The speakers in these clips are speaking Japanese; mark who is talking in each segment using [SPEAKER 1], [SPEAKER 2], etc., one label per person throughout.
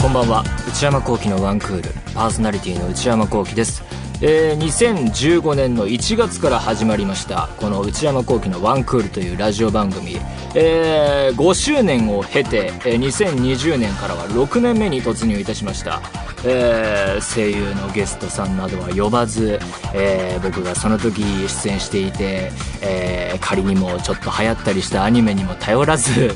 [SPEAKER 1] こんばんは内山聖輝のワンクールパーソナリティの内山聖輝です、えー2015年の1月から始まりましたこの内山聖輝のワンクールというラジオ番組、えー5周年を経て、えー2020年からは6年目に突入いたしました、えー声優のゲストさんなどは呼ばず、えー僕がその時出演していて、えー仮にもちょっと流行ったりしたアニメにも頼らず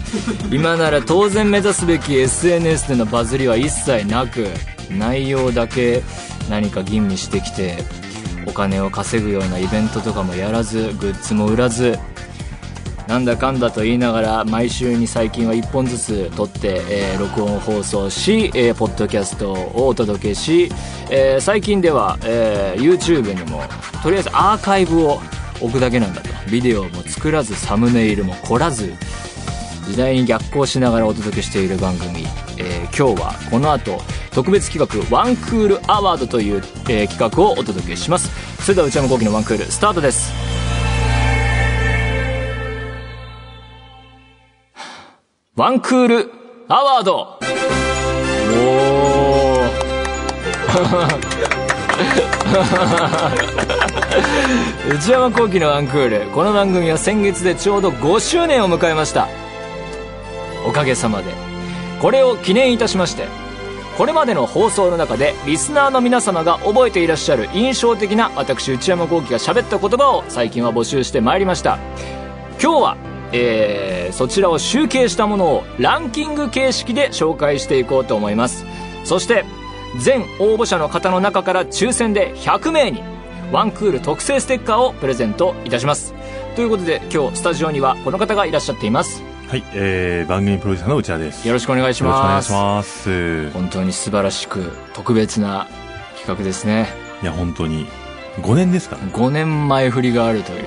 [SPEAKER 1] 今なら当然目指すべき SNS でのバズりは一切なく内容だけ何か吟味してきてお金を稼ぐようなイベントとかもやらずグッズも売らずなんだかんだと言いながら毎週に最近は1本ずつ撮って、えー録音放送し、えーポッドキャストをお届けし、えー最近では、えー YouTube にもとりあえずアーカイブを置くだけなんだとビデオも作らずサムネイルも凝らず時代に逆行しながらお届けしている番組、えー今日はこの後特別企画「ワンクールアワード」という、えー企画をお届けしますそれでは内山聖輝の「ワンクール」スタートですワンクールアワー ドおー内山聖輝のワンクールこの番組は先月でちょうど5周年を迎えましたおかげさまでこれを記念いたしましてこれまでの放送の中でリスナーの皆様が覚えていらっしゃる印象的な私内山聖輝が喋った言葉を最近は募集してまいりました今日は、えーそちらを集計したものをランキング形式で紹介していこうと思いますそして全応募者の方の中から抽選で100名にワンクール特製ステッカーをプレゼントいたしますということで今日スタジオにはこの方がいらっしゃっています
[SPEAKER 2] はい、えー、番組プロデューサーの内田です。
[SPEAKER 1] よろ
[SPEAKER 2] し
[SPEAKER 1] しくお願いし
[SPEAKER 2] よろしくお願
[SPEAKER 1] ま
[SPEAKER 2] い
[SPEAKER 1] す
[SPEAKER 2] します。
[SPEAKER 1] 本当に素晴らしく特別な企画ですね
[SPEAKER 2] いや、本当に、5年ですからね。
[SPEAKER 1] 5年前振りがあるというね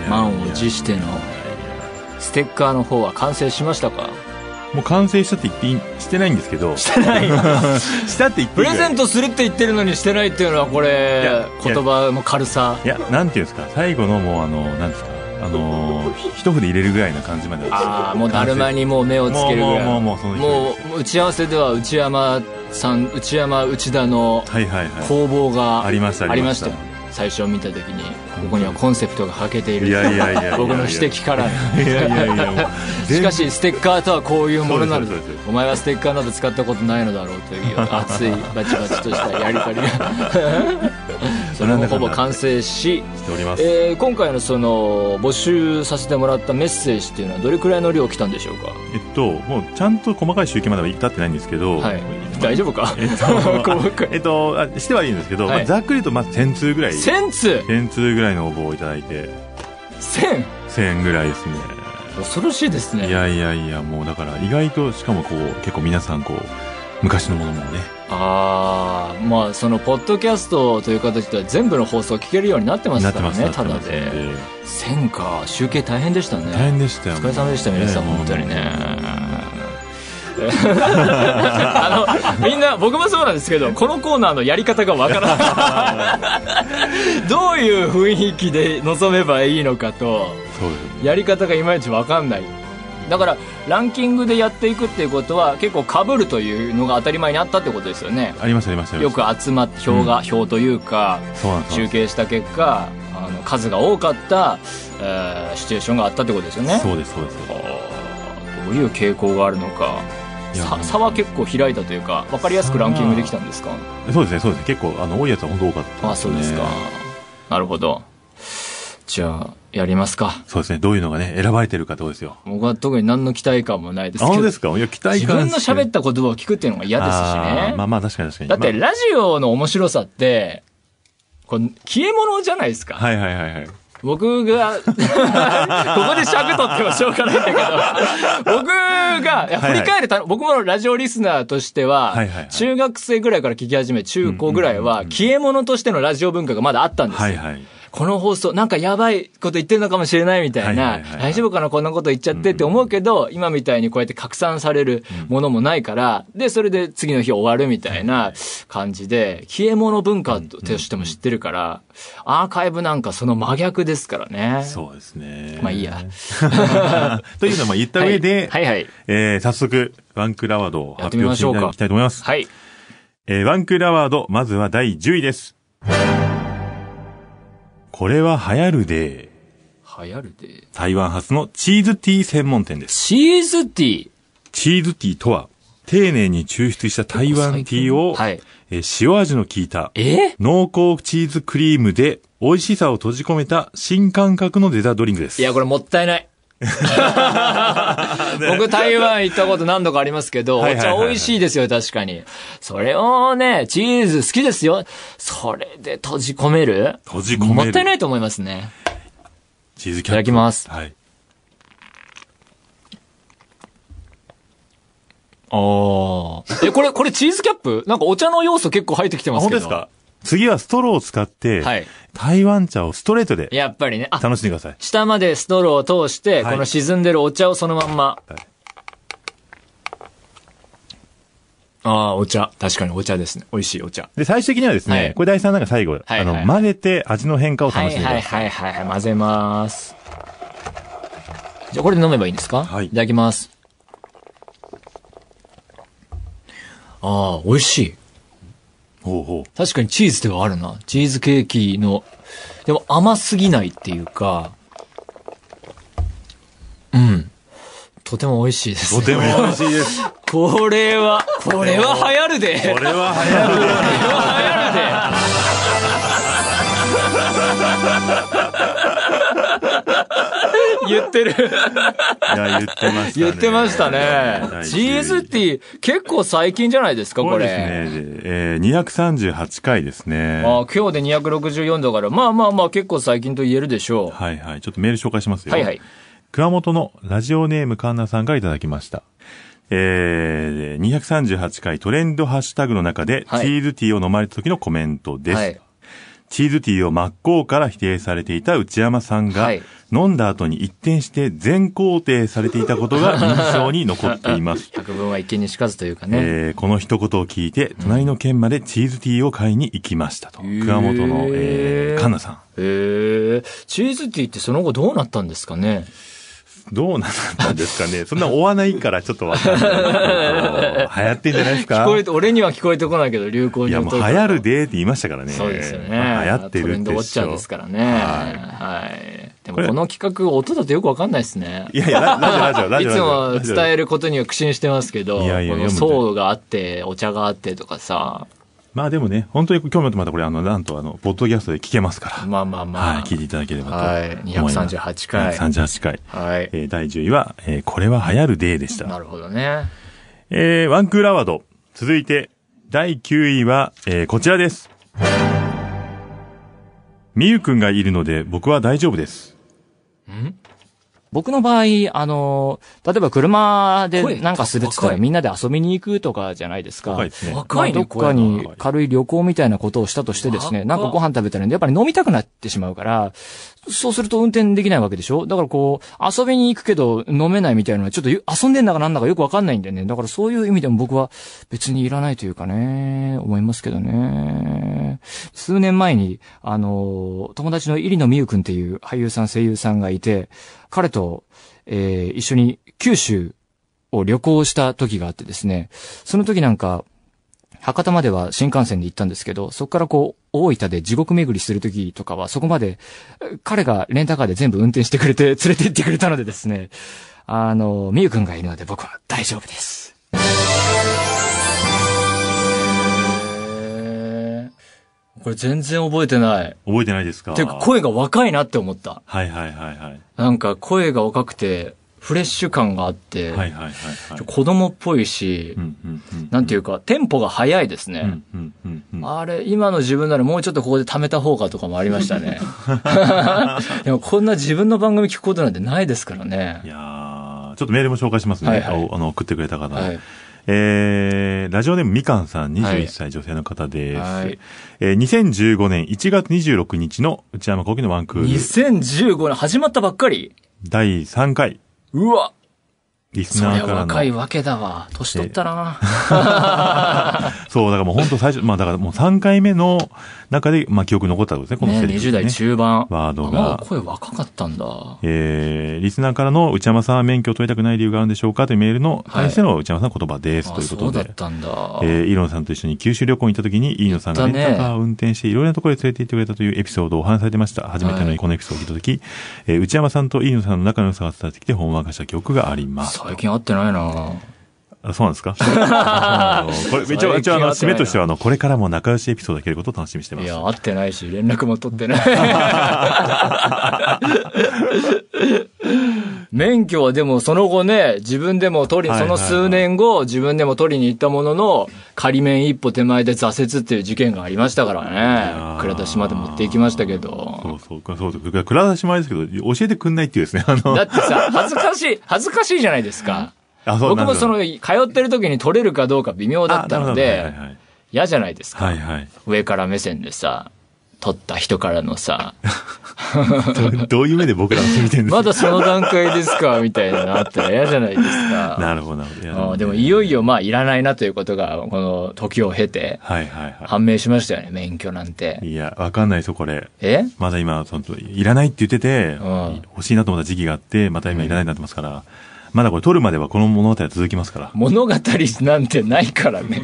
[SPEAKER 2] いや
[SPEAKER 1] 満を持しての
[SPEAKER 2] いやい
[SPEAKER 1] ステッカーの方は完成しましたか
[SPEAKER 2] やもう完成したって言っていい、してないんですけど。してないしたって言って
[SPEAKER 1] プレゼン
[SPEAKER 2] ト
[SPEAKER 1] トするって言ってるのにしてないっていうのはこ
[SPEAKER 2] い
[SPEAKER 1] れ
[SPEAKER 2] や
[SPEAKER 1] 言葉の軽さ
[SPEAKER 2] いや、なんていうんですか、最後のもうあの、なんですか、あのー、ひ一筆入れるぐらいな感じまで。
[SPEAKER 1] ああもうだるまにもう目をつけるぐらい
[SPEAKER 2] もうもうもうもうその勢いです
[SPEAKER 1] もう打ち合わせでは内山さん内山内田の
[SPEAKER 2] はいはいは
[SPEAKER 1] 攻防が
[SPEAKER 2] ありました
[SPEAKER 1] ありました
[SPEAKER 2] ありま
[SPEAKER 1] 最初見た時にここにはコンセプトが欠けてい
[SPEAKER 2] い。い
[SPEAKER 1] る
[SPEAKER 2] やいやいやいや。
[SPEAKER 1] 僕の指摘から
[SPEAKER 2] いやいやいやもう全
[SPEAKER 1] し
[SPEAKER 2] 然
[SPEAKER 1] かしステッカーとはこういうものなの
[SPEAKER 2] そ
[SPEAKER 1] だ
[SPEAKER 2] うですそうです
[SPEAKER 1] お前はステッカーなど使ったことないのだろうという熱いバチバチとしたやり取りがそれもほぼ完成し
[SPEAKER 2] しております。
[SPEAKER 1] えー今回のその募集させてもらったメッセージっていうのはどれくらいの量来たんでしょうか
[SPEAKER 2] えっと、もうちゃんと細かい集計までは至ってないんですけど、
[SPEAKER 1] はい大丈夫か
[SPEAKER 2] えっ と、
[SPEAKER 1] 細か
[SPEAKER 2] え
[SPEAKER 1] い
[SPEAKER 2] っと、あしてはいいんですけど、
[SPEAKER 1] はい
[SPEAKER 2] まあざっくり言うとまず1000通ぐらい。1000
[SPEAKER 1] 1000通
[SPEAKER 2] 通ぐらいの応募をいただいて、
[SPEAKER 1] 1000
[SPEAKER 2] 1000ぐらいですね。
[SPEAKER 1] 恐ろしいですね
[SPEAKER 2] いやいやいや、もうだから意外と、しかもこう、結構皆さんこう、昔のものもね、
[SPEAKER 1] ああまあそのポッドキャストという形では全部の放送聞けるようになってます
[SPEAKER 2] なっ
[SPEAKER 1] か
[SPEAKER 2] て
[SPEAKER 1] ら
[SPEAKER 2] ます
[SPEAKER 1] ね
[SPEAKER 2] なって
[SPEAKER 1] ただ
[SPEAKER 2] ますん
[SPEAKER 1] で1000か集計大変でしたね
[SPEAKER 2] 大変でしたよ。
[SPEAKER 1] お疲れ様でした皆さん
[SPEAKER 2] もう
[SPEAKER 1] 本当に ね
[SPEAKER 2] も
[SPEAKER 1] あのみんな僕もそうなんですけどこのコーナーのやり方がわから ないどういう雰囲気で臨めばいいのかと
[SPEAKER 2] うそうですね。
[SPEAKER 1] やり方がいまいちわかんないだからランキングでやっていくっていうことは結構かぶるというのが当たり前にあったってことですよね
[SPEAKER 2] ありましたありました。あり
[SPEAKER 1] よ
[SPEAKER 2] まし
[SPEAKER 1] く集まって票が、票というか
[SPEAKER 2] たそうなんです
[SPEAKER 1] 集計した結果あの数が多かった、えーシチュエーションがあったってことですよね
[SPEAKER 2] そうです、そうです。そうです
[SPEAKER 1] どういう傾向があるのか
[SPEAKER 2] いや
[SPEAKER 1] さ
[SPEAKER 2] 本当
[SPEAKER 1] 差は結構開いたというか分かりやすくランキングできたんですか
[SPEAKER 2] そうですね、そうですね。結構、あの、多いやつは本当多かった、
[SPEAKER 1] あそうですか。なるほどじゃあやりますか
[SPEAKER 2] そうですね、どういうのがね、選ばれてるかってことですよ。
[SPEAKER 1] 僕は特に何の期待感もないですけ
[SPEAKER 2] あ、本
[SPEAKER 1] ど
[SPEAKER 2] 当ですかいや、期待
[SPEAKER 1] 自
[SPEAKER 2] 感
[SPEAKER 1] 分の喋ったた言葉を聞くっていうのが嫌ですしね
[SPEAKER 2] まあまあ、確かに確かに。
[SPEAKER 1] だって
[SPEAKER 2] ま
[SPEAKER 1] ラジオの面白さってこれ消え物じゃないですか
[SPEAKER 2] あ、はいはいはいはい。
[SPEAKER 1] 僕が、 ここで尺取ってもしょうがないんだけ ど、僕が、いや
[SPEAKER 2] はいは
[SPEAKER 1] 振
[SPEAKER 2] い
[SPEAKER 1] り返るた、僕もラジオリスナーとしては、
[SPEAKER 2] はいはいはい
[SPEAKER 1] 中学生ぐらいから聞き始め、中高ぐらいは、消え物としてのラジオ文化がまだあったんですよ。
[SPEAKER 2] はいはい。
[SPEAKER 1] この放送、なんかやばいこと言ってるのかもしれないみたい
[SPEAKER 2] は
[SPEAKER 1] ない
[SPEAKER 2] はいはいは、い
[SPEAKER 1] 大丈夫かなこんなこと言っちゃってって思うけど、今みたいにこうやって拡散されるものもないから、で、それで次の日終わるみたいな感じで、消え物文化としても知ってるから、アーカイブなんかその真逆ですからね。
[SPEAKER 2] そうですね。
[SPEAKER 1] まあいいや。
[SPEAKER 2] というのも言った上で、
[SPEAKER 1] はいはいはい
[SPEAKER 2] えー早速、ワンクールアワードを
[SPEAKER 1] やって
[SPEAKER 2] 発
[SPEAKER 1] みま
[SPEAKER 2] 表し
[SPEAKER 1] してょ
[SPEAKER 2] いうた
[SPEAKER 1] か
[SPEAKER 2] だきたいと思います。
[SPEAKER 1] はい。
[SPEAKER 2] えーワンクールアワード、まずは第10位です。これは流行るで、
[SPEAKER 1] 流行るで。
[SPEAKER 2] 台湾発のチーズティー専門店です。
[SPEAKER 1] チーズティー。
[SPEAKER 2] チーズティーとは、丁寧に抽出した台湾ティーを、
[SPEAKER 1] はい
[SPEAKER 2] えー塩味の効いた、
[SPEAKER 1] え
[SPEAKER 2] 濃厚チーズクリームで、美味しさを閉じ込めた新感覚のデザートドリンクです。
[SPEAKER 1] いや、これもったい ない。僕、台湾行ったこと何度かありますけど、お
[SPEAKER 2] はいはいはい
[SPEAKER 1] 茶
[SPEAKER 2] はい
[SPEAKER 1] 美味しいですよ、確かに。それをね、チーズ好きですよ。それで閉じ込める
[SPEAKER 2] 閉じ込める
[SPEAKER 1] もったいないと思いますね。
[SPEAKER 2] チーズキ
[SPEAKER 1] い
[SPEAKER 2] ャップ。
[SPEAKER 1] ただきます
[SPEAKER 2] はい。あ
[SPEAKER 1] え、これ、これチーズキャップなんかお茶の要素結構入ってきてます
[SPEAKER 2] 本
[SPEAKER 1] けど。
[SPEAKER 2] 当ですか次はストローを使って、
[SPEAKER 1] はい
[SPEAKER 2] 台湾茶をストレートで
[SPEAKER 1] やっぱりね。あ、
[SPEAKER 2] 楽しんでください。
[SPEAKER 1] 下までストローを通して、
[SPEAKER 2] はい
[SPEAKER 1] この沈んでるお茶をそのまんま。
[SPEAKER 2] はい
[SPEAKER 1] ああ、お茶。確かにお茶ですね。美味しいお茶。
[SPEAKER 2] で、最終的にはですね、
[SPEAKER 1] はい
[SPEAKER 2] これ第3弾が最後、
[SPEAKER 1] はい
[SPEAKER 2] あ
[SPEAKER 1] はい
[SPEAKER 2] の、混ぜて味の変化を
[SPEAKER 1] は
[SPEAKER 2] 楽
[SPEAKER 1] い
[SPEAKER 2] しんでくださ。
[SPEAKER 1] はいいはいはい。混ぜます。じゃあこれで飲めばいいんですか
[SPEAKER 2] はい
[SPEAKER 1] いただきます。ああ、美味しい。
[SPEAKER 2] ほうほう。
[SPEAKER 1] 確かにチーズではあるな。チーズケーキの、でも甘すぎないっていうか、うん。とても美味しいです、
[SPEAKER 2] とても美味しいです。こ
[SPEAKER 1] これは、これは流行るで。これ
[SPEAKER 2] れは流行る。
[SPEAKER 1] は流行るで。 言ってる。
[SPEAKER 2] いや、言ってましたね。
[SPEAKER 1] 言ってました
[SPEAKER 2] 第10
[SPEAKER 1] ね。
[SPEAKER 2] 位
[SPEAKER 1] チーズティー、結構最近じゃないですか、こ
[SPEAKER 2] そう
[SPEAKER 1] れ。
[SPEAKER 2] ですね。えー、238回ですね。
[SPEAKER 1] あー今日で264だから、まあまあまあ結構最近と言えるでしょ
[SPEAKER 2] はいはい。ちょっとメール紹介します
[SPEAKER 1] う。
[SPEAKER 2] よ。
[SPEAKER 1] はいはい。。
[SPEAKER 2] 熊本のラジオネームカンナさんからいただきました。えー、238回トレンドハッシュタグの中で、
[SPEAKER 1] はい
[SPEAKER 2] チーズティーを飲まれた時のコメントです。
[SPEAKER 1] はい
[SPEAKER 2] チーズティーを真っ向から否定されていた内山さんが、
[SPEAKER 1] はい
[SPEAKER 2] 飲んだ後に一転して全肯定されていたことが印象に残って います。
[SPEAKER 1] 百聞は一見にしかずというかね。
[SPEAKER 2] えーこの一言を聞いて、隣の県までチーズティーを買いに行きましたと。
[SPEAKER 1] ー
[SPEAKER 2] 熊本の、えー、カンナさん。
[SPEAKER 1] へえ。チーズティーってその後どうなったんですかね
[SPEAKER 2] どうなったんですかねそんな追わないからちょっとわかんないですけど。流行ってんじゃないで
[SPEAKER 1] 聞
[SPEAKER 2] すか
[SPEAKER 1] こえて、俺には聞こえてこないけど、流行
[SPEAKER 2] い
[SPEAKER 1] に
[SPEAKER 2] や
[SPEAKER 1] は
[SPEAKER 2] もう流行るでって言いましたからね。
[SPEAKER 1] そうですよね。
[SPEAKER 2] まあ流行ってる
[SPEAKER 1] ト
[SPEAKER 2] って
[SPEAKER 1] レンドウォッチャーですからね。
[SPEAKER 2] はい
[SPEAKER 1] はい。でもこの企画、音だとよくわかんないですね。
[SPEAKER 2] いやいや、ララジオ、ラ
[SPEAKER 1] い
[SPEAKER 2] ジオ、ラ
[SPEAKER 1] つ
[SPEAKER 2] ジオ。
[SPEAKER 1] も伝
[SPEAKER 2] え。
[SPEAKER 1] えることには苦心してますけど、
[SPEAKER 2] いやいや
[SPEAKER 1] こ
[SPEAKER 2] い
[SPEAKER 1] の
[SPEAKER 2] やもう
[SPEAKER 1] 層があって、お茶があってとかさ、
[SPEAKER 2] まあでもね、本当に今日もまたこれ、あの、なんとあの、ポッドキャストで聞けますから。
[SPEAKER 1] まあまあまあ。
[SPEAKER 2] はい、聞いていただければと思
[SPEAKER 1] はい
[SPEAKER 2] います。
[SPEAKER 1] 238回
[SPEAKER 2] 238回。
[SPEAKER 1] はい
[SPEAKER 2] えー第10位は、えーこれは流行るででした。
[SPEAKER 1] なるほどね。
[SPEAKER 2] えーワンクールアワード。続いて、第9位は、えーこちらです。みゆくんがいるので、僕は大丈夫です。
[SPEAKER 3] 僕の場合、あの、例えば車でなんかするって言った
[SPEAKER 1] 声高
[SPEAKER 3] ら
[SPEAKER 1] い
[SPEAKER 3] みんなで遊びに行くとかじゃないですか。
[SPEAKER 2] 高いですね。
[SPEAKER 1] 若いね
[SPEAKER 3] まあどっか
[SPEAKER 1] 声
[SPEAKER 3] に
[SPEAKER 2] が
[SPEAKER 3] 軽い旅行みたいなことをしたとしてですね、
[SPEAKER 1] 高っ
[SPEAKER 3] なんかご飯食べたらやっぱり飲みたくなってしまうから、そうすると運転できないわけでしょだからこう、遊びに行くけど飲めないみたいなのはちょっとゆ遊んでんだかなんだかよくわかんないんだよね。だからそういう意味でも僕は別にいらないというかね、思いますけどね。数年前に、あの、友達の入野美優くんっていう俳優さん声優さんがいて、彼と、えー一緒に九州を旅行した時があってですね、その時なんか、博多までは新幹線で行ったんですけど、そこからこう、大分で地獄巡りするときとかは、そこまで、え彼がレンタカーで全部運転してくれて、連れて行ってくれたのでですね、あの、みゆくんがいるので僕は大丈夫です。
[SPEAKER 1] へーこれ全然覚えてない。
[SPEAKER 2] 覚えてないですか
[SPEAKER 1] ていうか声が若いなって思った。
[SPEAKER 2] はいはいはいはい。
[SPEAKER 1] なんか声が若くて、フレッシュ感があって、
[SPEAKER 2] はいはいはいはい。
[SPEAKER 1] 子供っぽいし、
[SPEAKER 2] うんうんうん。
[SPEAKER 1] なんていうか、テンポが速いです
[SPEAKER 2] う
[SPEAKER 1] ね。
[SPEAKER 2] んうんうんうん。
[SPEAKER 1] あれ、今の自分ならもうちょっとここで貯めた方がとかもありました ね。でもこんな自分の番組聞くことなんてないですからね
[SPEAKER 2] い。やーちょっとメールも紹介しますね。
[SPEAKER 1] はいはい
[SPEAKER 2] おあの、送ってくれた方。
[SPEAKER 1] はい
[SPEAKER 2] えー、ラジオネームみかんさん、
[SPEAKER 1] はい
[SPEAKER 2] 21歳女性の方です。
[SPEAKER 1] はい
[SPEAKER 2] えー、2015年1月26日の内山幸喜のワンクール
[SPEAKER 1] 2015年始まったばっかり
[SPEAKER 2] 第3回、
[SPEAKER 1] うわ
[SPEAKER 2] リス
[SPEAKER 1] そ
[SPEAKER 2] ナ
[SPEAKER 1] り
[SPEAKER 2] ー
[SPEAKER 1] ゃ
[SPEAKER 2] から
[SPEAKER 1] 若い
[SPEAKER 2] の。
[SPEAKER 1] わけだわ。年取ったな。
[SPEAKER 2] そう、だからもう本当最初、まあだからもう3回目の中で、まあ記憶に残ったことですね、この
[SPEAKER 1] ね
[SPEAKER 2] セリフ、ね。
[SPEAKER 1] 20代中盤。
[SPEAKER 2] ワード
[SPEAKER 1] あま
[SPEAKER 2] が
[SPEAKER 1] だ。声若かったんだ。
[SPEAKER 2] えー、リスナーからの内山さんは免許を取りたくない理由があるんでしょうかというメールの対しての内山さんの言葉です、
[SPEAKER 1] あ
[SPEAKER 2] というこ
[SPEAKER 1] そ
[SPEAKER 2] と
[SPEAKER 1] うだ
[SPEAKER 2] で。
[SPEAKER 1] ったんだ。
[SPEAKER 2] えー、イーロンさんと一緒に九州旅行に行った時に、イーノさんがレンタカーを運転していろいろなところへ連れて行ってくれたというエピソードをお話しされてました。初めて
[SPEAKER 1] は
[SPEAKER 2] の
[SPEAKER 1] い
[SPEAKER 2] このエピソードを聞いた時、えー内山さんとイーノさんの仲の良さが伝わってきて、ほんわかした記憶があります。
[SPEAKER 1] 最近会ってないな
[SPEAKER 2] あそう なんですかあのこれ、一応、一応、あの、
[SPEAKER 1] 最近会ってないな
[SPEAKER 2] 締めとしては、あの、これからも仲良しエピソードが聞けることを楽しみにしてま
[SPEAKER 1] い
[SPEAKER 2] す。
[SPEAKER 1] や、会ってないし、連絡も取ってない。 免許はでもその後ね、自分でも取り、
[SPEAKER 2] はい
[SPEAKER 1] そ
[SPEAKER 2] はいは
[SPEAKER 1] の
[SPEAKER 2] い
[SPEAKER 1] 数年後、自分でも取りに行ったものの、仮免一歩手前で挫折っていう事件がありましたから
[SPEAKER 2] や
[SPEAKER 1] ね
[SPEAKER 2] ー。
[SPEAKER 1] 倉田島で持って行きましたけ
[SPEAKER 2] そ
[SPEAKER 1] ど。
[SPEAKER 2] うそう、そうそう、倉田島ですけど、教えてくんないっていうですね、あの
[SPEAKER 1] だ、ってさ、恥ずかしい、恥ずかしいじゃないですか。
[SPEAKER 2] あそう
[SPEAKER 1] 僕
[SPEAKER 2] なん
[SPEAKER 1] も
[SPEAKER 2] だ
[SPEAKER 1] その、通ってる時に取れるかどうか微妙だったの
[SPEAKER 2] あなる
[SPEAKER 1] で
[SPEAKER 2] ほど、はい
[SPEAKER 1] 嫌じゃないですか。
[SPEAKER 2] はいはい。はいはい
[SPEAKER 1] 上から目線でさ、取った人からのさ、
[SPEAKER 2] どどう いう目で僕らを見てるんですか
[SPEAKER 1] まだその段階ですかみたいなのあったら嫌じゃないですか。
[SPEAKER 2] なるほど、なるほどいや。
[SPEAKER 1] あでも
[SPEAKER 2] い
[SPEAKER 1] いよいよまあいらないなということが、この時を経て
[SPEAKER 2] はいはいは
[SPEAKER 1] 判明しましたよね、免許なんて。
[SPEAKER 2] い。いや、わかんないですよ、これ。
[SPEAKER 1] え
[SPEAKER 2] まだ今、その、いらないって言ってて
[SPEAKER 1] うん、
[SPEAKER 2] 欲しいなと思った時期があって、また今いらないになってますから、まだこれ撮るまではこの物語は続きますから。
[SPEAKER 1] 物語なんてないからね。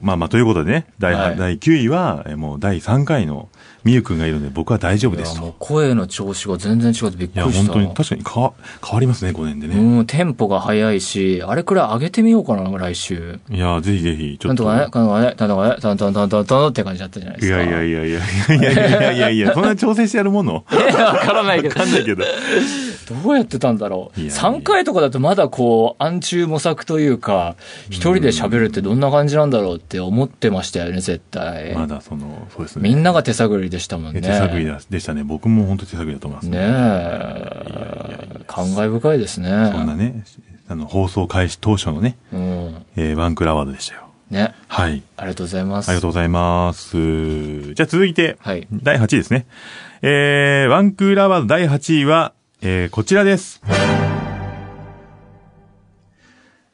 [SPEAKER 2] まあまあ、ということでね、第
[SPEAKER 1] はい
[SPEAKER 2] 8第9位は、えもう第3回のみゆくんがいるので僕は大丈夫です
[SPEAKER 1] いやもう
[SPEAKER 2] と。
[SPEAKER 1] 声の調子が全然違ってびっく
[SPEAKER 2] いや、
[SPEAKER 1] りし
[SPEAKER 2] 本
[SPEAKER 1] た。
[SPEAKER 2] 当に、確かに変わ、変わりますね、5年でね。
[SPEAKER 1] うん、テンポが速いし、あれくらい上げてみようかな、来週。
[SPEAKER 2] いや、ぜひぜひ、ち
[SPEAKER 1] な
[SPEAKER 2] ょっ
[SPEAKER 1] んと
[SPEAKER 2] と。
[SPEAKER 1] かね、なんとかね、なんとかね、たんたんたんたんたんって感じだったじゃないで
[SPEAKER 2] い
[SPEAKER 1] すか。
[SPEAKER 2] やいやいやいやいやいやいやいや いや、そんな調整してやるもの
[SPEAKER 1] え わからないけど。
[SPEAKER 2] なんだけど。
[SPEAKER 1] どうやってたんだろう。
[SPEAKER 2] いやいや
[SPEAKER 1] 3回とかだとまだこう、暗中模索というか、一人で喋るってどんな感じなんだろうって思ってましたよね、絶対。
[SPEAKER 2] まだその、そうですね。
[SPEAKER 1] みんなが手探りでしたもんね。
[SPEAKER 2] 手探りだでしたね。僕も本当手探りだと思います
[SPEAKER 1] ね
[SPEAKER 2] ね。
[SPEAKER 1] え。感慨深いですね。
[SPEAKER 2] そんなね、あの、放送開始当初のね、
[SPEAKER 1] うん。
[SPEAKER 2] えーワンクラワードでしたよ。
[SPEAKER 1] ね。
[SPEAKER 2] はい。
[SPEAKER 1] ありがとうございます。
[SPEAKER 2] ありがとうございます。じゃあ続いて、
[SPEAKER 1] はい
[SPEAKER 2] 第8位ですね。えー、ワンクールアワード第8位は、えー、こちらです。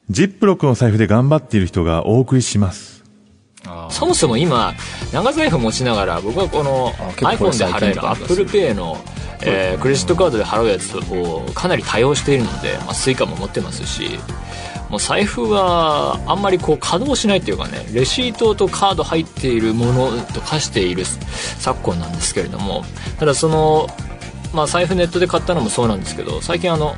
[SPEAKER 2] ジップロックの財布で頑張っている人がお送りします。
[SPEAKER 1] あ
[SPEAKER 4] そもそも今長財布持ちながら僕はこの
[SPEAKER 1] あ結構これ
[SPEAKER 4] iPhone で払える
[SPEAKER 1] 最近だ
[SPEAKER 4] ApplePay の、えークレジットカードで払うやつをかなり多用しているので、まあ、Suica も持ってますしもう財布はあんまりこう稼働しないというかねレシートとカード入っているものと化している昨今なんですけれどもただその、まあ、財布ネットで買ったのもそうなんですけど最近あの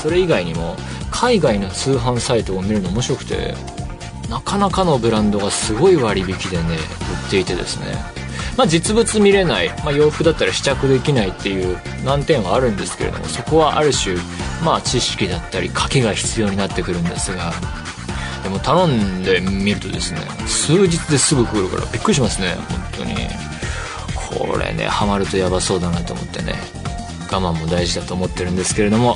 [SPEAKER 4] それ以外にも海外の通販サイトを見るの面白くてなかなかのブランドがすごい割引でね売っていてですねまあ実物見れない、まあ、洋服だったら試着できないっていう難点はあるんですけれどもそこはある種まあ知識だったり賭けが必要になってくるんですがでも頼んでみるとですね数日ですぐ来るからびっくりしますね本当にこれねハマるとヤバそうだなと思ってね我慢も大事だと思ってるんですけれども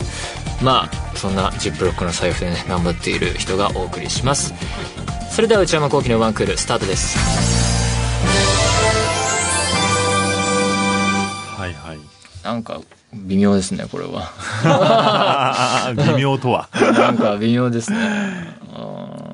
[SPEAKER 4] まあそんなジップロックの財布でね頑張っている人がお送りしますそれでは内山幸輝のワンクールスタートです
[SPEAKER 2] はいはい。
[SPEAKER 1] なんか、微妙ですね、これ は。
[SPEAKER 2] あー 微妙とは。
[SPEAKER 1] なんか微 妙ですね。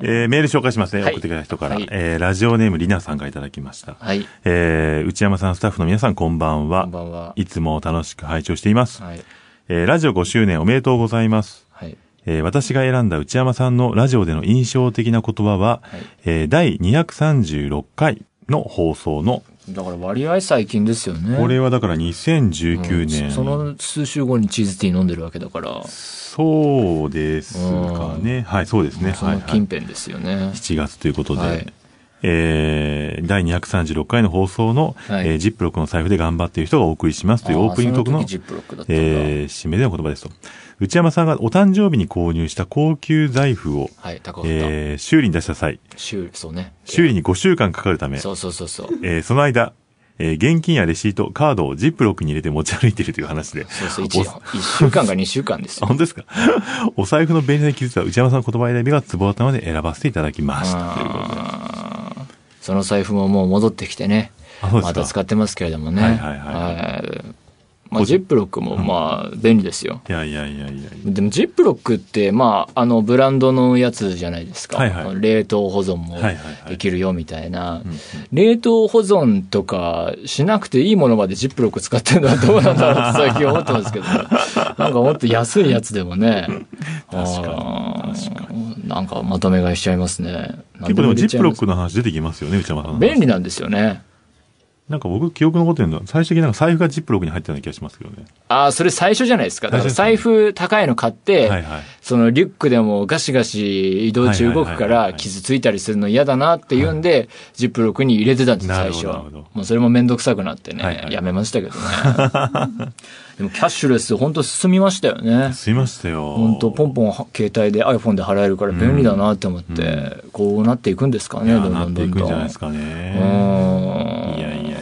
[SPEAKER 2] えー、メール紹介しますね。
[SPEAKER 1] は
[SPEAKER 2] 送
[SPEAKER 1] い
[SPEAKER 2] ってくれた人から。
[SPEAKER 1] はい
[SPEAKER 2] えー、ラジオネームりなさんがいただきました。
[SPEAKER 1] はい。
[SPEAKER 2] えー、内山さん、スタッフの皆さん、こんばんは。
[SPEAKER 1] こんばんはい
[SPEAKER 2] つも楽しく拝聴しています。
[SPEAKER 1] はい。
[SPEAKER 2] えー、ラジオ5周年おめでとうございます。
[SPEAKER 1] はい。
[SPEAKER 2] えー、私が選んだ内山さんのラジオでの印象的な言葉は、
[SPEAKER 1] はい
[SPEAKER 2] えー、第236回の放送の、
[SPEAKER 1] だから割合最近ですよね。
[SPEAKER 2] これはだから2019
[SPEAKER 1] う
[SPEAKER 2] 年。
[SPEAKER 1] んその数週後にチーズティー飲んでるわけだから、
[SPEAKER 2] そうですかね。はい、そうですね。
[SPEAKER 1] そ
[SPEAKER 2] はい、
[SPEAKER 1] の
[SPEAKER 2] はい
[SPEAKER 1] 近。辺ですよね。
[SPEAKER 2] 7月ということで、
[SPEAKER 1] はい
[SPEAKER 2] えー、第236回の放送の、
[SPEAKER 1] はい
[SPEAKER 2] えージップロックの財布で頑張っている人がお送りしますというオープニング曲
[SPEAKER 1] あ
[SPEAKER 2] の
[SPEAKER 1] ーその時ジップロックだったんだ
[SPEAKER 2] えー、締めでの言葉ですと。内山さんがお誕生日に購入した高級財布を、
[SPEAKER 1] はい、高かった。
[SPEAKER 2] えー、修理に出した際、
[SPEAKER 1] 修理、そうね。
[SPEAKER 2] 修理に5週間かかるため、
[SPEAKER 1] そうそうそうそう。
[SPEAKER 2] えーその間、えー現金やレシート、カードをジップロックに入れて持ち歩いてるという話で。
[SPEAKER 1] そうそう、一一週間か二週間です
[SPEAKER 2] あ
[SPEAKER 1] よ。
[SPEAKER 2] 本当ですかお財布の便利さに気づいた内山さんの言葉選びがツボだったので選ばせていただきました。ということで
[SPEAKER 1] その財布ももう戻ってきてね。
[SPEAKER 2] あそうですか
[SPEAKER 1] また使ってますけれどもね。
[SPEAKER 2] はいはいはい
[SPEAKER 1] はいまあ、ジップロックもまあ便利ですよ。
[SPEAKER 2] いやいやいやいやいや。
[SPEAKER 1] でもジップロックって、まあ、あのブランドのやつじゃないですか、
[SPEAKER 2] はいはい
[SPEAKER 1] 冷凍保存も
[SPEAKER 2] はいはいはい
[SPEAKER 1] できるよみたいな、
[SPEAKER 2] んうん
[SPEAKER 1] 冷凍保存とかしなくていいものまでジップロック使ってるのはどうなんだろうって最近思ってます けど、なんかもっと安いやつでもね、
[SPEAKER 2] 確
[SPEAKER 1] あ
[SPEAKER 2] かに。
[SPEAKER 1] ー
[SPEAKER 2] 確かに。
[SPEAKER 1] なんかまとめ買いしちゃいますね。
[SPEAKER 2] 結構でもジップロッ
[SPEAKER 1] ク
[SPEAKER 2] クの話出てきますよね、内山さんの話。
[SPEAKER 1] 便利なんですよね。
[SPEAKER 2] なんか僕記憶残ってるのは、最終的になんか財布がジップロックに入ってたような気がしますけどね。
[SPEAKER 1] ああ、それ最初じゃないですか。だから財
[SPEAKER 2] 最初
[SPEAKER 1] 布高いの買って、
[SPEAKER 2] はいはい。
[SPEAKER 1] そのリュックでもガシガシ移動中動くか
[SPEAKER 2] はいはいはい
[SPEAKER 1] ら
[SPEAKER 2] はい
[SPEAKER 1] 傷ついたりするの嫌だなって言うんで、ジップロックに入れてたんです、
[SPEAKER 2] なる
[SPEAKER 1] 最
[SPEAKER 2] ほど
[SPEAKER 1] 初。
[SPEAKER 2] なるほど
[SPEAKER 1] もうそれもめんどくさくなってね、
[SPEAKER 2] はいはい
[SPEAKER 1] やめましたけどね。 でもキャッシュレス本当進みましたよね。
[SPEAKER 2] すいましたよ。
[SPEAKER 1] 本当ポンポン携帯で iPhone で払えるから便利だなって思って、こうなっていくんですか
[SPEAKER 2] い
[SPEAKER 1] ね、
[SPEAKER 2] や
[SPEAKER 1] どん
[SPEAKER 2] な
[SPEAKER 1] どん
[SPEAKER 2] っ
[SPEAKER 1] ど
[SPEAKER 2] てい
[SPEAKER 1] ん
[SPEAKER 2] くん
[SPEAKER 1] どん。
[SPEAKER 2] じゃないですかね。いやいやいやいや。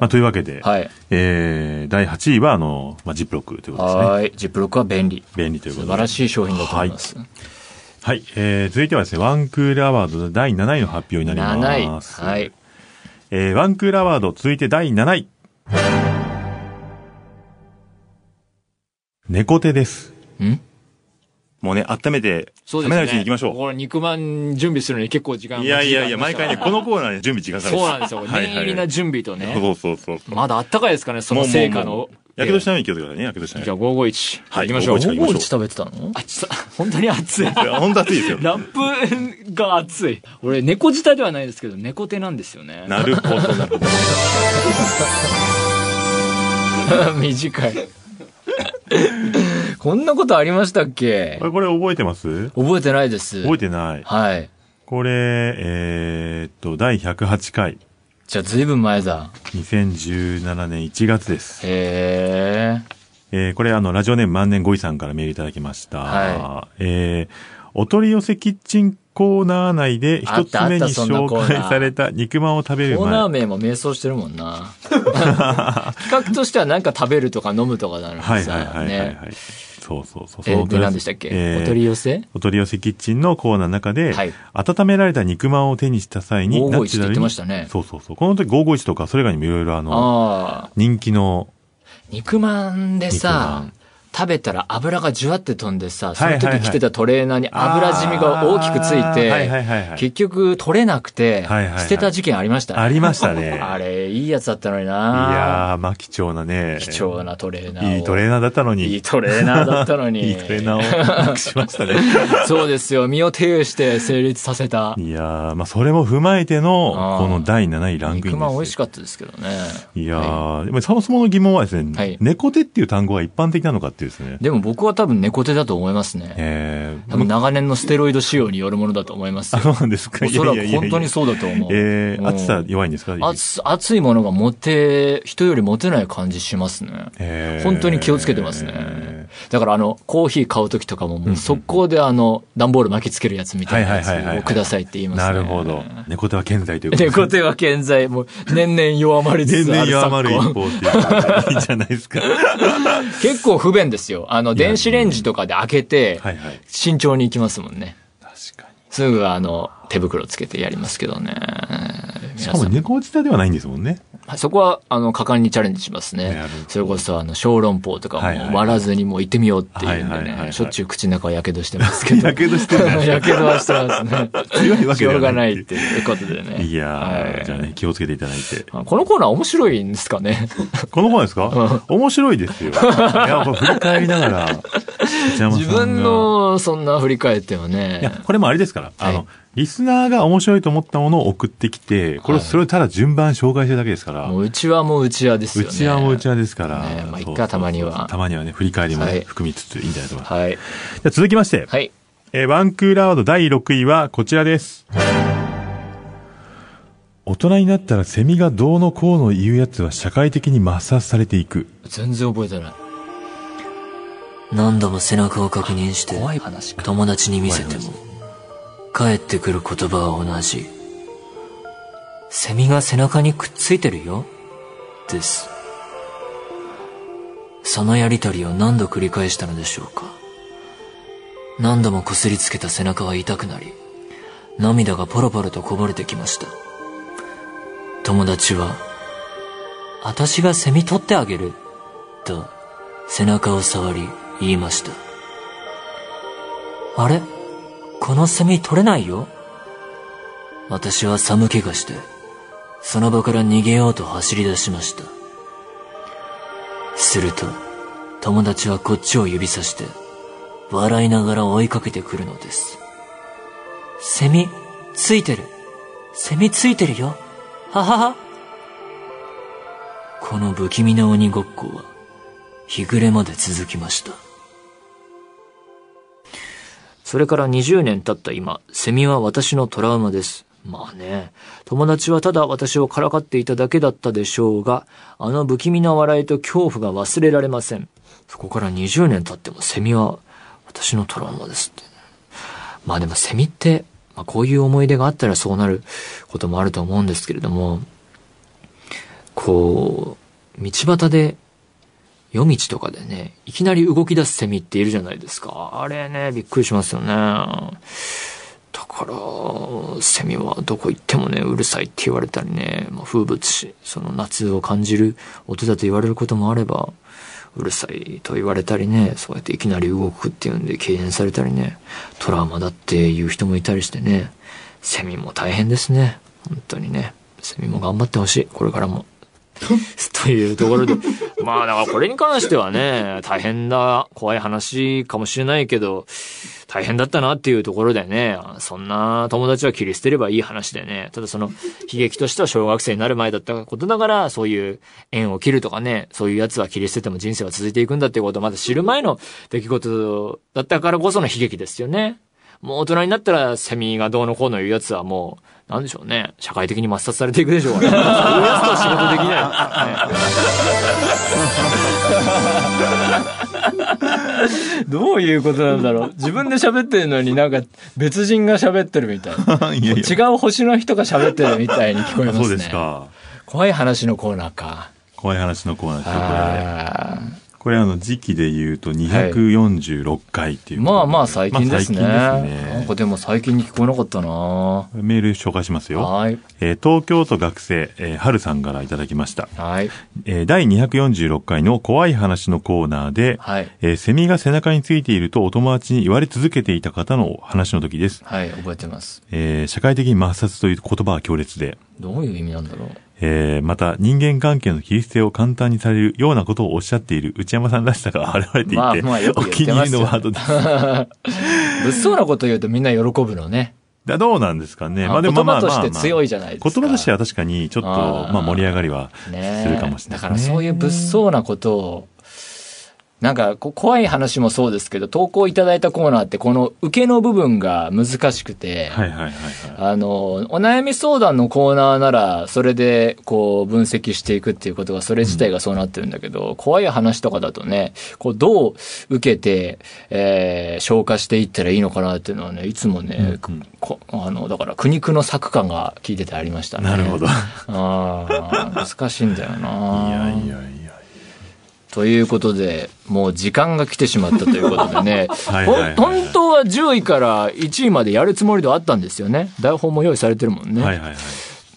[SPEAKER 2] まあ、というわけで、
[SPEAKER 1] はい
[SPEAKER 2] えー、第8位は、あの、まあ、ジップロックということですね。
[SPEAKER 1] はーい。ジップロックは便利。
[SPEAKER 2] 便利というこ
[SPEAKER 1] 素
[SPEAKER 2] とで。
[SPEAKER 1] 晴らしい商品だと思います。
[SPEAKER 2] はい。えー、続いてはですね、ワンクールアワードの第7位の発表になり
[SPEAKER 1] 7
[SPEAKER 2] ます。
[SPEAKER 1] 位。はい。
[SPEAKER 2] えー、ワンクールアワード、続いて第7位。猫手です。
[SPEAKER 1] ん
[SPEAKER 2] もうね、温めて、冷めないうちに行きましょ
[SPEAKER 5] これ肉まん準備するのに結構時間
[SPEAKER 2] う。
[SPEAKER 5] が
[SPEAKER 2] いやいやいや、毎回ね、この
[SPEAKER 5] 子。
[SPEAKER 2] コーナーで準備時間かかる。
[SPEAKER 5] そうなんですよ。これ念入りな準備と
[SPEAKER 2] は
[SPEAKER 5] ね。
[SPEAKER 2] いはいそうそうそう。
[SPEAKER 5] まだあったかいですかね、その成果の。
[SPEAKER 2] やけどしないように気をつけてくださいね、やけどしない
[SPEAKER 5] じゃ
[SPEAKER 2] よ
[SPEAKER 5] あ551。
[SPEAKER 2] はい
[SPEAKER 5] 行きましょう。
[SPEAKER 2] 551
[SPEAKER 1] 午後一食べてたの
[SPEAKER 5] あ、ちょっと、本当に熱い。
[SPEAKER 2] うに。いや本当暑いですよ。
[SPEAKER 5] ラップが熱い。俺、猫舌ではないですけど、猫手なんですよね。
[SPEAKER 2] なるほど、なる ほど。
[SPEAKER 1] 短い。 こんなことありましたっけ
[SPEAKER 2] これ、これ覚えてます
[SPEAKER 1] 覚えてないです。
[SPEAKER 2] 覚えてない。
[SPEAKER 1] はい。
[SPEAKER 2] これ、えーっと、第108回、
[SPEAKER 1] じゃあ、ずいぶん前だ。
[SPEAKER 2] 2017年1月です。
[SPEAKER 1] へえ。
[SPEAKER 2] えーこれ、あの、ラジオネーム万年5位さんからメールいただきました。
[SPEAKER 1] は
[SPEAKER 2] えーお取り寄せキッチンコーナー内で
[SPEAKER 1] あ
[SPEAKER 2] 一
[SPEAKER 1] っ
[SPEAKER 2] つ
[SPEAKER 1] た
[SPEAKER 2] 目に
[SPEAKER 1] あったそんなコーナー
[SPEAKER 2] 紹介された肉まんを食べる
[SPEAKER 1] コーナー
[SPEAKER 2] 前。
[SPEAKER 1] 名も迷走してるもんな。 企画としてはなんか食べるとか飲むとかなのに
[SPEAKER 2] はいはい
[SPEAKER 1] さ、
[SPEAKER 2] はいはい、
[SPEAKER 1] ね。
[SPEAKER 2] はい。そうそうそう。
[SPEAKER 1] え
[SPEAKER 2] そのお
[SPEAKER 1] で、
[SPEAKER 2] 取り寄せ
[SPEAKER 1] 何でしたっけ
[SPEAKER 2] えー
[SPEAKER 1] お取り寄せ
[SPEAKER 2] お取り寄せキッチンのコーナーの中で、
[SPEAKER 1] はい
[SPEAKER 2] 温められた肉まんを手にした際に、
[SPEAKER 1] 551
[SPEAKER 2] ナチュラ
[SPEAKER 1] って言
[SPEAKER 2] ルに
[SPEAKER 1] ってましたね
[SPEAKER 2] そうそうそう。この時551とか、それ以外にもいろいろあの、
[SPEAKER 1] ああ。
[SPEAKER 2] 人気の、
[SPEAKER 1] 肉まんでさ
[SPEAKER 2] 肉まん、
[SPEAKER 1] 食べたら油がじゅわって飛んでさ、そ
[SPEAKER 2] はいは
[SPEAKER 1] の
[SPEAKER 2] いはい
[SPEAKER 1] 時着てたトレーナーに油染みが大きくついて、
[SPEAKER 2] あーはいはいはいはい
[SPEAKER 1] 結局取れなくて
[SPEAKER 2] はいはいはい、
[SPEAKER 1] 捨てた事件ありましたね。
[SPEAKER 2] ありましたね。
[SPEAKER 1] あれ、いいやつだったのに
[SPEAKER 2] い
[SPEAKER 1] な。
[SPEAKER 2] やー、まあ貴重なね。
[SPEAKER 1] 貴重なトレーナーを。
[SPEAKER 2] いいトレーナーだったのに。
[SPEAKER 1] いいトレーナーだったのに。
[SPEAKER 2] いいトレーナーをなくしまし たね。
[SPEAKER 1] そうですよ。身を挺して成立させた。
[SPEAKER 2] いやー、まあそれも踏まえての
[SPEAKER 1] あ、ー
[SPEAKER 2] この第7位ランクインです。
[SPEAKER 1] 肉まん美味しかったですけどね。
[SPEAKER 2] いやー、でもそもそもの疑問はですね、
[SPEAKER 1] はい
[SPEAKER 2] 猫手っていう単語は一般的なのかっていうですね。
[SPEAKER 1] でも僕は多分猫手だと思いますね。
[SPEAKER 2] えー、
[SPEAKER 1] 多分長年のステロイド使用によるものだと思います
[SPEAKER 2] あ
[SPEAKER 1] よ。
[SPEAKER 2] そうなんですか。
[SPEAKER 1] おそら
[SPEAKER 2] いや
[SPEAKER 1] く
[SPEAKER 2] いやいやいや
[SPEAKER 1] 本当にそうだと思う。
[SPEAKER 2] え
[SPEAKER 1] うん
[SPEAKER 2] ー、暑さ弱いんですか
[SPEAKER 1] 熱熱いものが持て、人より持てない感じしますね。
[SPEAKER 2] えー
[SPEAKER 1] 本当に気をつけてますね。だからあの、コーヒー買うときとかも、もう速攻であの、段ボール巻きつけるやつみたいなやつ
[SPEAKER 2] はいはいはいはい
[SPEAKER 1] をくださいって言います
[SPEAKER 2] な
[SPEAKER 1] ね。
[SPEAKER 2] るほど。猫手は健在ということ
[SPEAKER 1] 猫手は健在、もう年々弱まりつ
[SPEAKER 2] 全
[SPEAKER 1] つあ
[SPEAKER 2] 然
[SPEAKER 1] る
[SPEAKER 2] 弱ま
[SPEAKER 1] 昨
[SPEAKER 2] る
[SPEAKER 1] 今。
[SPEAKER 2] 一方っていう感じいいじゃな いですか。
[SPEAKER 1] 結構不便ですよ。あの、電子レンジとかで開けて、
[SPEAKER 2] はいはい。
[SPEAKER 1] 慎重に行きますもんね。
[SPEAKER 2] 確か
[SPEAKER 1] すぐあの、手袋つけてやりますけどね。
[SPEAKER 2] に。し
[SPEAKER 1] 皆
[SPEAKER 2] かも
[SPEAKER 1] さん
[SPEAKER 2] 猫舌ではないんですもんね。
[SPEAKER 1] そこは、あの、果敢にチャレンジします
[SPEAKER 2] な
[SPEAKER 1] ね
[SPEAKER 2] るほど。
[SPEAKER 1] それこそ、あの、小籠包とか
[SPEAKER 2] はいはいはい
[SPEAKER 1] も割らずにもう行ってみようっていうん
[SPEAKER 2] はい
[SPEAKER 1] で
[SPEAKER 2] はいはいはい
[SPEAKER 1] ね、しょっちゅう口の中は火傷してますけど。
[SPEAKER 2] やけどしてるじゃな
[SPEAKER 1] 火
[SPEAKER 2] い
[SPEAKER 1] 傷はしてます ね。
[SPEAKER 2] 強いわけ
[SPEAKER 1] し
[SPEAKER 2] で
[SPEAKER 1] ょ
[SPEAKER 2] は
[SPEAKER 1] うがな
[SPEAKER 2] ない
[SPEAKER 1] いっていうことでね。
[SPEAKER 2] いや
[SPEAKER 1] は
[SPEAKER 2] ー、
[SPEAKER 1] い
[SPEAKER 2] じゃあね、気をつけていただいて。
[SPEAKER 1] まあこのコーナー面白いんですかね。
[SPEAKER 2] この本ですか面白いですよ。いや、これ振り返りながら、内山さんが
[SPEAKER 1] 自分。の、そんな振り返っても
[SPEAKER 2] いや
[SPEAKER 1] ね、。
[SPEAKER 2] これもあれですから、あ
[SPEAKER 1] は
[SPEAKER 2] の、リスナーが面白いと思ったものを送ってきて、これ、それをただ順番紹介してるだけですから、
[SPEAKER 1] もう、うちはもううちはですよね。
[SPEAKER 2] うちはもううちはですから、
[SPEAKER 1] ねまあ
[SPEAKER 2] そう
[SPEAKER 1] いっかたまには
[SPEAKER 2] そうそうたまにはね、振り返りもね
[SPEAKER 1] はい
[SPEAKER 2] 含みつついいんじゃないと思います。
[SPEAKER 1] はい。
[SPEAKER 2] じゃあ続きまして、
[SPEAKER 1] はい。
[SPEAKER 2] えーワンクールアワード第6位はこちらです。大人になったらセミがどうのこうの言うやつは社会的に抹殺されていく。
[SPEAKER 1] 全然覚えてない。
[SPEAKER 3] 何度も背中を確認して、
[SPEAKER 1] 怖い話か。
[SPEAKER 3] 友達に見せても、帰ってくる言葉は同じ。
[SPEAKER 6] セミが背中にくっついてるよ。です。そのやりとりを何度繰り返したのでしょうか。何度も擦りつけた背中は痛くなり、涙がポロポロとこぼれてきました。友達は、私がセミ取ってあげる、と背中を触り言いました。あれこのセミ取れないよ私は寒気がして、その場から逃げようと走り出しました。すると、友達はこっちを指さして、笑いながら追いかけてくるのです。セミ、ついてる。セミついてるよ。ははは。この不気味な鬼ごっこは、日暮れまで続きました。
[SPEAKER 1] それから20年経った今、セミは私のトラウマです。まあね、友達はただ私をからかっていただけだったでしょうが、あの不気味な笑いと恐怖が忘れられません。そこから20年経ってもセミは私のトラウマですって。まあでもセミって、まあこういう思い出があったらそうなることもあると思うんですけれども、こう、道端で夜道とかでね、いきなり動き出すセミっているじゃないですか。あれね、びっくりしますよね。だから、セミはどこ行ってもね、うるさいって言われたりね、まあ、風物詩、その夏を感じる音だと言われることもあれば、うるさいと言われたりね、そうやっていきなり動くっていうんで敬遠されたりね、トラウマだっていう人もいたりしてね、セミも大変ですね。本当にね。セミも頑張ってほしい。これからも。 というところで。まあだからこれに関してはね、大変だ、怖い話かもしれないけど、大変だったなっていうところでね、そんな友達は切り捨てればいい話でね、ただその悲劇としては小学生になる前だったことながら、そういう縁を切るとかね、そういうやつは切り捨てても人生は続いていくんだっていうことをまだ知る前の出来事だったからこその悲劇ですよね。もう大人になったらセミがどうのこうのいうやつはもう、なんでしょうね。社会的に抹殺されていくでしょうからね。そういうやつとは仕事できないですからね。
[SPEAKER 3] どういうことなん だろう。自分で喋ってるのになんか別人が喋ってるみたいな。
[SPEAKER 2] いやいや。
[SPEAKER 3] 違う星の人が喋ってるみたいに聞こえますね。
[SPEAKER 2] そうですか。
[SPEAKER 3] 怖い話のコーナーか。
[SPEAKER 2] 怖い話のコーナーですよ、これ。
[SPEAKER 3] あー
[SPEAKER 2] これあの、時期で言うと246回っていうことで、
[SPEAKER 3] まあまあ最近ですね。
[SPEAKER 2] まあ最近で
[SPEAKER 3] なん
[SPEAKER 2] す
[SPEAKER 3] か
[SPEAKER 2] ね
[SPEAKER 3] でも最近に聞こえなかったな
[SPEAKER 2] メール紹介しますよ。
[SPEAKER 3] はい。
[SPEAKER 2] えー東京都学生、えー、春さんからいただきました。
[SPEAKER 3] はい。
[SPEAKER 2] えー第246回の怖い話のコーナーで、
[SPEAKER 3] はい。
[SPEAKER 2] えーセミが背中についているとお友達に言われ続けていた方の話の時です。
[SPEAKER 3] はい、覚えてます。
[SPEAKER 2] えー社会的に抹殺という言葉は強烈で、
[SPEAKER 3] どういう意味なんだろう。
[SPEAKER 2] えーまた人間関係の切り捨てを簡単にされるようなことをおっしゃっている内山さんらしさが 現れていて、
[SPEAKER 3] まあまあよく
[SPEAKER 2] お
[SPEAKER 3] 言っ
[SPEAKER 2] 気に
[SPEAKER 3] てま
[SPEAKER 2] 入り
[SPEAKER 3] すよ
[SPEAKER 2] のワー ドです。
[SPEAKER 3] 物騒なこと言うとみんな喜ぶのね。
[SPEAKER 2] だどうなんですかね。
[SPEAKER 3] あ
[SPEAKER 2] で
[SPEAKER 3] 言葉として強いじゃないですか
[SPEAKER 2] 言葉としては確かにちょっと、
[SPEAKER 3] あー
[SPEAKER 2] まあ盛り上がりは
[SPEAKER 3] ね
[SPEAKER 2] するかもしれないですね。
[SPEAKER 3] だからそういう物騒なことを、なんかこ怖い話もそうですけど、投稿いただいたコーナーってこの受けの部分が難しくて、
[SPEAKER 2] はいはいはいはい。
[SPEAKER 3] あの、お悩み相談のコーナーなら、それで、こう、分析していくっていうことが、それ自体がそうなってるんだけど、怖い話とかだとね、こう、どう受けて、えー消化していったらいいのかなっていうのはね、いつもね、
[SPEAKER 2] うんうん
[SPEAKER 3] こあの、だから、苦肉の作感が聞いててありましたね。
[SPEAKER 2] なるほど。い
[SPEAKER 3] ああ、難しいんだよな
[SPEAKER 2] やいやいや。
[SPEAKER 3] ということで、もう時間が来てしまったということでね、
[SPEAKER 2] はいはいはいはい
[SPEAKER 3] ほん本当は10位から1位までやるつもりではあったんですよね。台本も用意されてるもんね。
[SPEAKER 2] はいはいはい。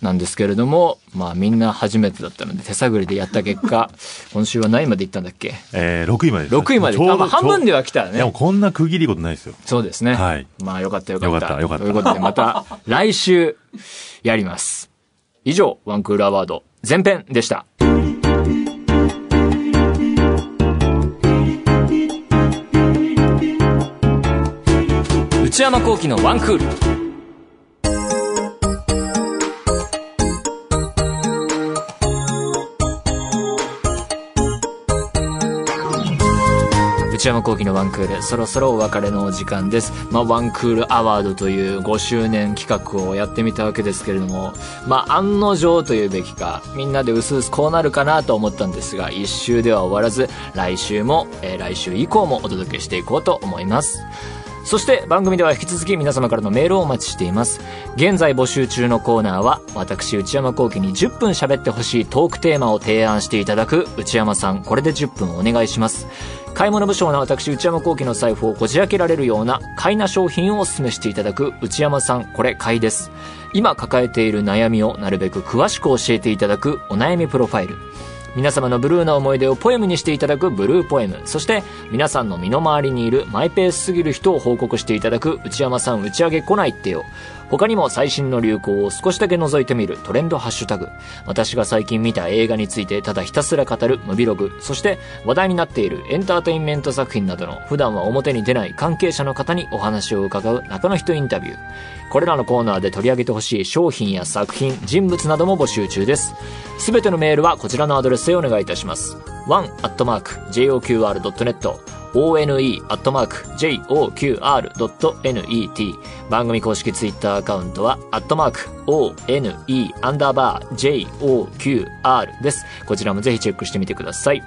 [SPEAKER 3] なんですけれども、まあみんな初めてだったので手探りでやった結果、今週は何位まで行ったんだっけ
[SPEAKER 2] えー、6位まで。
[SPEAKER 3] ?6 位まで
[SPEAKER 2] ちょ
[SPEAKER 3] 行
[SPEAKER 2] う
[SPEAKER 3] っ
[SPEAKER 2] ど
[SPEAKER 3] た。まあ半分では来た
[SPEAKER 2] い
[SPEAKER 3] ら
[SPEAKER 2] やもう
[SPEAKER 3] ね。
[SPEAKER 2] こんな区切りことないですよ。
[SPEAKER 3] そうですね。
[SPEAKER 2] はい
[SPEAKER 3] まあよかったよかった。
[SPEAKER 2] よかったよかった
[SPEAKER 3] ということでまた来週やります。以上、ワンクールアワード前編でした。
[SPEAKER 1] 内山幸輝のワンクール。内山幸輝のワンクール、そろそろお別れのお時間です。まあ、ワンクールアワードという5周年企画をやってみたわけですけれども、まあ、案の定というべきか、みんなで薄々こうなるかなと思ったんですが、1周では終わらず、来週も、えー来週以降もお届けしていこうと思います。そして番組では引き続き皆様からのメールをお待ちしています現在募集中のコーナーは私内山幸輝に10分喋ってほしいトークテーマを提案していただく内山さんこれで10分お願いします買い物無償な私内山幸輝の財布をこじ開けられるような買いな商品をお勧めしていただく内山さんこれ買いです今抱えている悩みをなるべく詳しく教えていただくお悩みプロファイル皆様のブルーな思い出をポエムにしていただくブルーポエムそして皆さんの身の回りにいるマイペースすぎる人を報告していただく内山さん打ち上げ来ないってよ他にも最新の流行を少しだけ覗いてみるトレンドハッシュタグ私が最近見た映画についてただひたすら語るムビログそして話題になっているエンターテインメント作品などの普段は表に出ない関係者の方にお話を伺う中の人インタビューこれらのコーナーで取り上げてほしい商品や作品、人物なども募集中です。すべてのメールはこちらのアドレスへお願いいたします。one.joqr.net one.joqr.net 番組公式ツイッターアカウントは、アットマーク、one, アンダーバー、joqr です。こちらもぜひチェックしてみてください。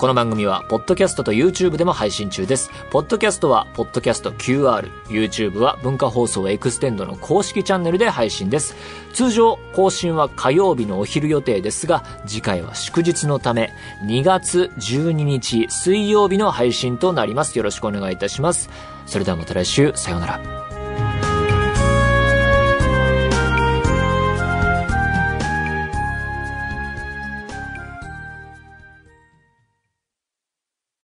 [SPEAKER 1] この番組は、ポッドキャストと YouTube でも配信中です。ポッドキャストは、ポッドキャスト QR、YouTube は文化放送エクステンドの公式チャンネルで配信です。通常、更新は火曜日のお昼予定ですが、次回は祝日のため、2月12日水曜日の配信となります。よろしくお願いいたします。それではまた来週、さようなら。